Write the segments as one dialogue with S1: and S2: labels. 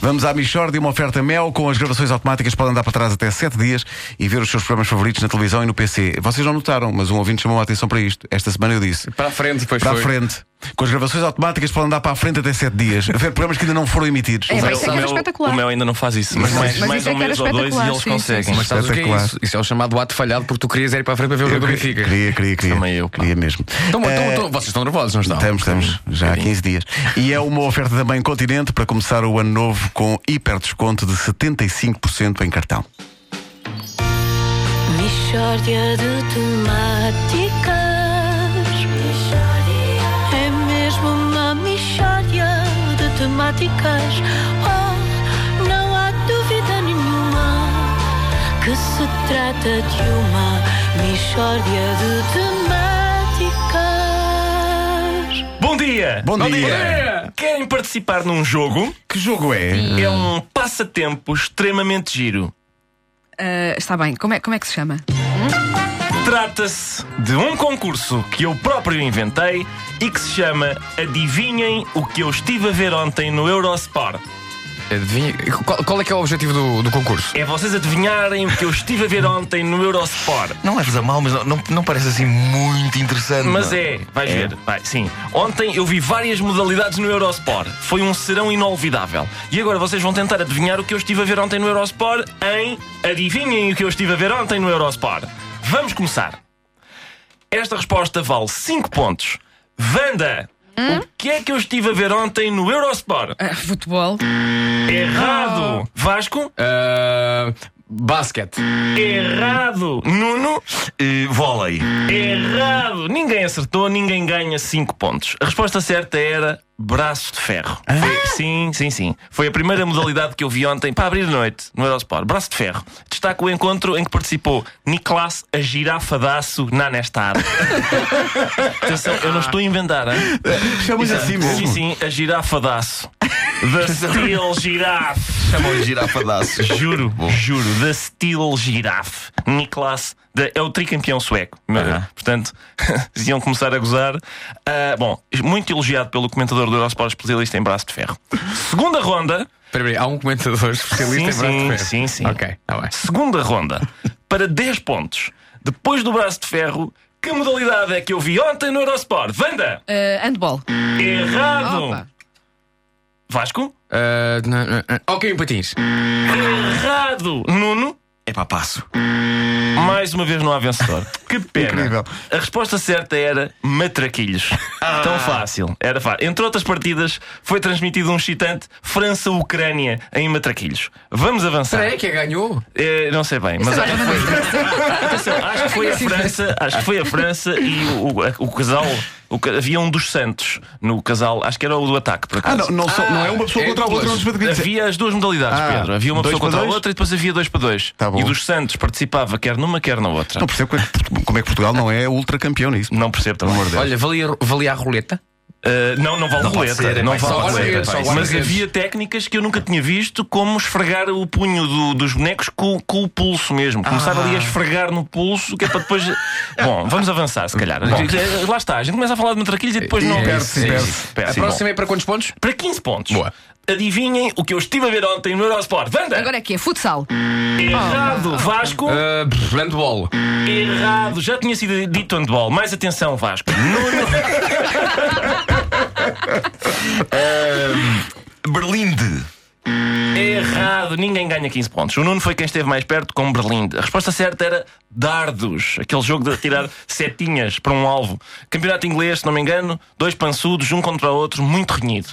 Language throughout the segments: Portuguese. S1: Vamos à Michord uma oferta Mel com as gravações automáticas podem andar para trás até 7 dias e ver os seus programas favoritos na televisão e no PC. Vocês não notaram, mas um ouvinte chamou a atenção para isto. Esta semana eu disse.
S2: Para a frente, depois
S1: Para a
S2: foi.
S1: frente. Com as gravações automáticas podem andar para a frente até 7 dias. Ver programas que ainda não foram emitidos.
S3: É, mas-
S4: O
S3: era
S4: meu-
S3: espetacular.
S4: O meu ainda não faz isso, mas, mais,
S3: mas
S4: mais
S3: isso é
S4: um
S3: que era
S4: mês ou dois e
S3: espetacular,
S4: eles
S3: sim,
S4: conseguem.
S2: Mas sabes o que é
S1: Espetacular.
S2: isso? Isso é o chamado ato falhado porque tu querias ir para a frente para ver o
S1: Eu
S2: que
S1: queria,
S2: Benfica.
S1: queria, queria. queria.
S4: Também eu, pá.
S1: mesmo.
S2: Então,
S1: Eh,
S2: então, então, vocês estão nervosos, não estão?
S1: Estamos, estamos, já há 15 dias. E é uma oferta também Continente para começar o ano novo com hiper desconto de 75% em cartão.
S5: Mistória de temáticas. É mesmo uma mistória de temáticas. Oh, não há dúvida nenhuma que se trata de uma mistória de temáticas.
S4: Bom dia!
S1: Bom dia.
S4: Querem participar num jogo?
S1: Que jogo é?
S4: É um passatempo extremamente giro.
S3: Ah, está bem, como é, como é que se chama?
S4: Trata-se de um concurso que eu próprio inventei e que se chama Adivinhem o que eu estive a ver ontem no Eurosport.
S2: Adivinha- Qual, qual é que é o objetivo do, do concurso?
S4: É vocês adivinharem o que eu estive a ver ontem no Eurosport.
S6: Não leves a mal, mas não, não, não parece assim muito interessante.
S4: Mas
S6: não.
S4: é, vais ver, vai, sim. Ontem eu vi várias modalidades no Eurosport. Foi um serão inolvidável. E agora vocês vão tentar adivinhar o que eu estive a ver ontem no Eurosport em Adivinhem o que eu estive a ver ontem no Eurosport. Vamos começar. Esta resposta vale 5 pontos. Vanda, o que é que eu estive a ver ontem no Eurosport?
S3: Ah, futebol.
S4: Errado. Vasco,
S2: Ah, basquete.
S4: errado. Nuno,
S6: Eh, vôlei.
S4: errado. Ninguém acertou, ninguém ganha 5 pontos. A resposta certa era braço de ferro. Foi- sim, sim, sim. Foi a primeira modalidade que eu vi ontem para abrir a noite no Eurosport. Braço de ferro. Destaca o encontro em que participou Nicolás a girafa daço na Nestar. Atenção, eu não estou a inventar, hein?
S1: Chamamos
S2: é,
S1: assim
S4: Sim, sim, a girafa daço. The Steel Giraffe.
S6: Chamou-lhe girafadaço.
S4: Juro, juro, da Steel Giraffe. Niklas da- é o tricampeão sueco. Portanto, iam começar a gozar. Ah, bom, muito elogiado pelo comentador do Eurosport especialista em braço de ferro. Segunda ronda.
S2: Espera aí, há um comentador especialista em
S4: Sim,
S2: braço de ferro.
S4: sim, sim, sim.
S2: Ok, está bem.
S4: Segunda ronda. Para 10 pontos. Depois do braço de ferro, que modalidade é que eu vi ontem no Eurosport? Vanda!
S3: Ah, handball.
S4: Errado!
S3: Opa.
S4: Vasco?
S2: Ah, não, não, não. ok, em patins.
S4: Errado! Nuno?
S6: É pá, passo.
S4: Mais uma vez não há vencedor. Que pena.
S1: Incrível.
S4: A resposta certa era matraquilhos. Tão fácil. Era fácil. Entre outras partidas, foi transmitido um excitante França-Ucrânia em matraquilhos. Vamos avançar.
S2: Espera aí, quem é ganhou?
S4: Eh, não sei bem, mas
S1: é
S4: acho que foi. Atenção, acho que foi a França, acho que foi a França e o, o- a- o casal. o ca- havia um dos Santos no casal, acho que era o do ataque, por
S1: Ah,
S4: acaso.
S1: não, não, só- não é uma pessoa
S4: Ah,
S2: é
S1: contra a outra,
S2: duas.
S1: não se pode dizer.
S4: Havia as duas modalidades,
S1: Ah,
S4: Pedro. Havia uma
S1: dois
S4: pessoa
S1: para
S4: contra
S1: dois?
S4: a outra e depois havia dois para dois.
S1: Tá bom.
S4: E dos Santos participava quer numa, quer na outra.
S1: Não percebo como é que- como é que Portugal não é ultra campeão nisso.
S4: Não percebo também.
S2: Olha, valia, valia a roleta.
S4: Uh, não, não vale
S6: Não pode
S4: roleta.
S6: ser, é
S4: não
S6: pá,
S4: vale
S6: só
S4: roleta.
S2: guarda-redes, só
S4: Mas
S2: guarda-redes.
S4: havia técnicas que eu nunca tinha visto, como esfregar o punho do- dos bonecos com, com o pulso mesmo. Começar ali
S1: Ah.
S4: a esfregar no pulso, que é para depois. Bom, vamos avançar, se calhar. Eh, Lá está, a gente começa a falar de matraquilhos e depois não.
S2: É isso,
S1: Perde-se,
S2: é
S1: perde-se.
S2: isso.
S4: Perde-se.
S2: A
S4: Sim,
S2: próxima é para quantos pontos?
S4: Para 15 pontos.
S2: Boa.
S4: Adivinhem o que eu estive a ver ontem no Eurosport. Vanda!
S3: Agora é que é futsal.
S4: errado! Vasco!
S2: Ah, pff, handball.
S4: Errado! Já tinha sido dito handball. Mais atenção, Vasco. Nuno.
S6: Berlinde.
S4: Errado, ninguém ganha 15 pontos. O Nuno foi quem esteve mais perto com Berlim. A resposta certa era dardos, aquele jogo de atirar setinhas para um alvo. Campeonato inglês, se não me engano, dois pançudos, um contra o outro, muito renhido.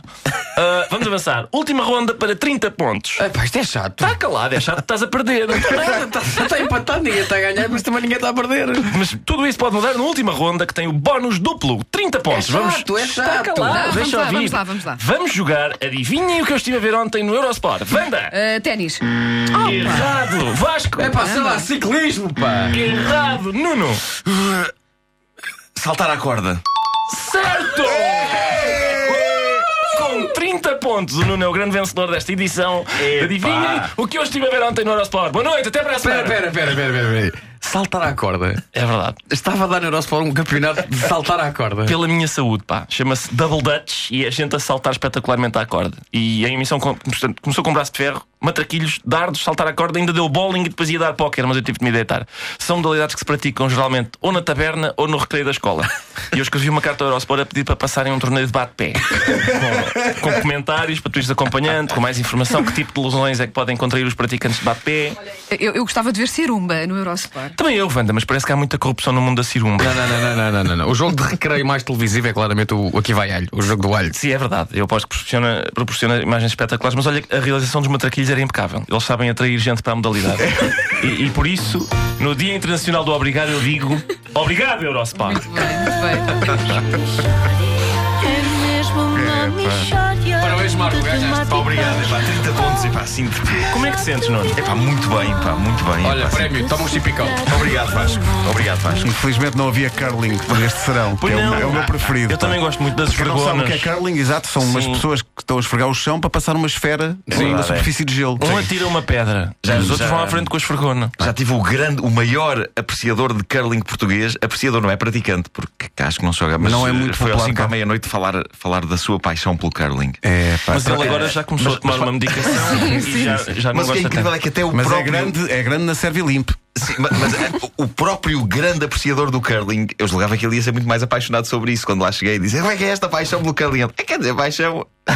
S4: Ah, vamos avançar. Última ronda para 30 pontos.
S2: Ah, pá, isto é chato.
S4: Está calado, é chato, estás a perder.
S2: Está tá, empatado, ninguém está a ganhar, mas também ninguém está a perder.
S4: Mas tudo isso pode mudar na última ronda que tem o bónus duplo, 30 pontos. vamos.
S2: chato, é
S4: Está
S2: chato.
S4: calado,
S3: Vamos
S4: deixa
S3: lá,
S4: eu ouvir.
S3: vamos lá, vamos lá.
S4: Vamos jogar, adivinhem o que eu estive a ver ontem no Eurosport. Vanda!
S3: Ah, Ténis.
S4: Errado! Vasco!
S2: É pá, sei lá, ciclismo, pá.
S4: Errado, Nuno!
S6: Saltar à corda.
S4: Certo!
S3: É.
S4: Com 30 pontos, o Nuno é o grande vencedor desta edição. Adivinhem o que eu estive a ver ontem no Eurosport. Boa noite, até para a semana.
S2: Espera, espera, espera, espera, espera. Saltar à corda.
S4: É verdade.
S2: Estava a dar no Eurosport um campeonato de saltar à corda.
S4: Pela minha saúde, pá. Chama-se Double Dutch e é gente a saltar espetacularmente à corda. E a emissão com- portanto, começou com braço de ferro, matraquilhos, dardos, saltar à corda, ainda deu bowling e depois ia dar póquer, mas eu tive de me deitar. São modalidades que se praticam geralmente ou na taberna ou no recreio da escola. E eu escrevi uma carta ao Eurosport a pedir para passarem um torneio de bate-pé. com, com comentários para tu ires acompanhando, com mais informação, que tipo de lesões é que podem contrair os praticantes de bate-pé.
S3: Eu, eu gostava de ver Cirumba no Eurosport.
S4: Também eu, Wanda, mas parece que há muita corrupção no mundo da cirumba.
S2: Não, não, não, não, não, não, não, não. O jogo de recreio mais televisivo é claramente o, o Aqui Vai Alho, o jogo do alho.
S4: Sim, é verdade. Eu aposto que proporciona, proporciona imagens espetaculares, mas olha, a realização dos matraquilhos era impecável. Eles sabem atrair gente para a modalidade. e, e por isso, no Dia Internacional do Obrigado, eu digo Obrigado, Eurospar.
S3: Muito bem, muito bem.
S5: É mesmo uma mixória
S2: Parabéns, Marco,
S5: de
S2: ganhaste, pá,
S5: temáticas.
S6: Obrigado, é pá, 30 pontos, é pá, assim de pé.
S4: Como é que te sentes, Nuno?
S6: É pá, muito bem, pá, muito bem. é
S2: Olha,
S6: pá, assim-
S2: prémio, toma um chipicão.
S6: Obrigado, Vasco. Obrigado, Vasco.
S1: Infelizmente não havia curling neste serão. que
S4: Pois
S1: é, o-
S4: não.
S1: é o meu preferido.
S4: Eu também gosto muito das
S1: Quem não sabe o que é
S4: esfregonas.
S1: curling, exato, são umas
S4: Sim.
S1: pessoas que estão a esfregar o chão para passar uma esfera na
S6: verdade,
S1: superfície de gelo.
S4: Um
S1: Sim.
S4: atira uma pedra,
S6: Já-
S4: os outros
S6: já-
S4: vão à frente com a esfregona.
S6: Já tive o grande, o maior apreciador de curling português. Apreciador não é praticante, porque cá acho que não joga, mas
S1: Não é
S6: eh,
S1: muito
S6: foi
S1: popular,
S6: às 5
S1: pá.
S6: à meia-noite falar, falar da sua paixão pelo curling.
S1: É, pá,
S4: Mas
S1: tra-
S4: ele agora já começou
S6: mas-
S4: a tomar
S6: mas-
S4: uma medicação e já, já não
S6: Mas o que
S4: gosta
S6: é incrível
S4: tanto.
S6: é que até o
S1: mas é,
S6: próprio.
S1: grande, é grande na Servilimp.
S6: Sim, mas, mas, eh, o próprio grande apreciador do curling, eu julgava que ele ia ser muito mais apaixonado sobre isso quando lá cheguei e disse: Como é que é esta paixão pelo curling? Ele, "É, quer dizer, paixão.
S3: Ah,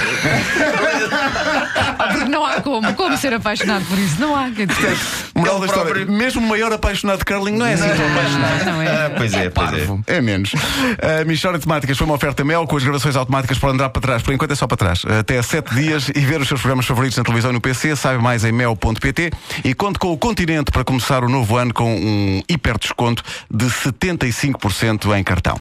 S3: Porque não há como. Como ser apaixonado por isso? Não há. quer dizer.
S1: Moral
S6: Ele
S1: da história,
S6: próprio-
S1: mesmo o maior apaixonado de curling não é assim tão apaixonado.
S3: Não, não
S6: Ah,
S3: é.
S6: pois é, pois é.
S1: É menos. A Michórdia de Temáticas foi uma oferta Mel com as gravações automáticas para andar para trás. Por enquanto é só para trás. Até sete dias e ver os seus programas favoritos na televisão e no PC. Saiba mais em mel.pt e conte com o Continente para começar o novo ano com um hiper desconto de 75% em cartão.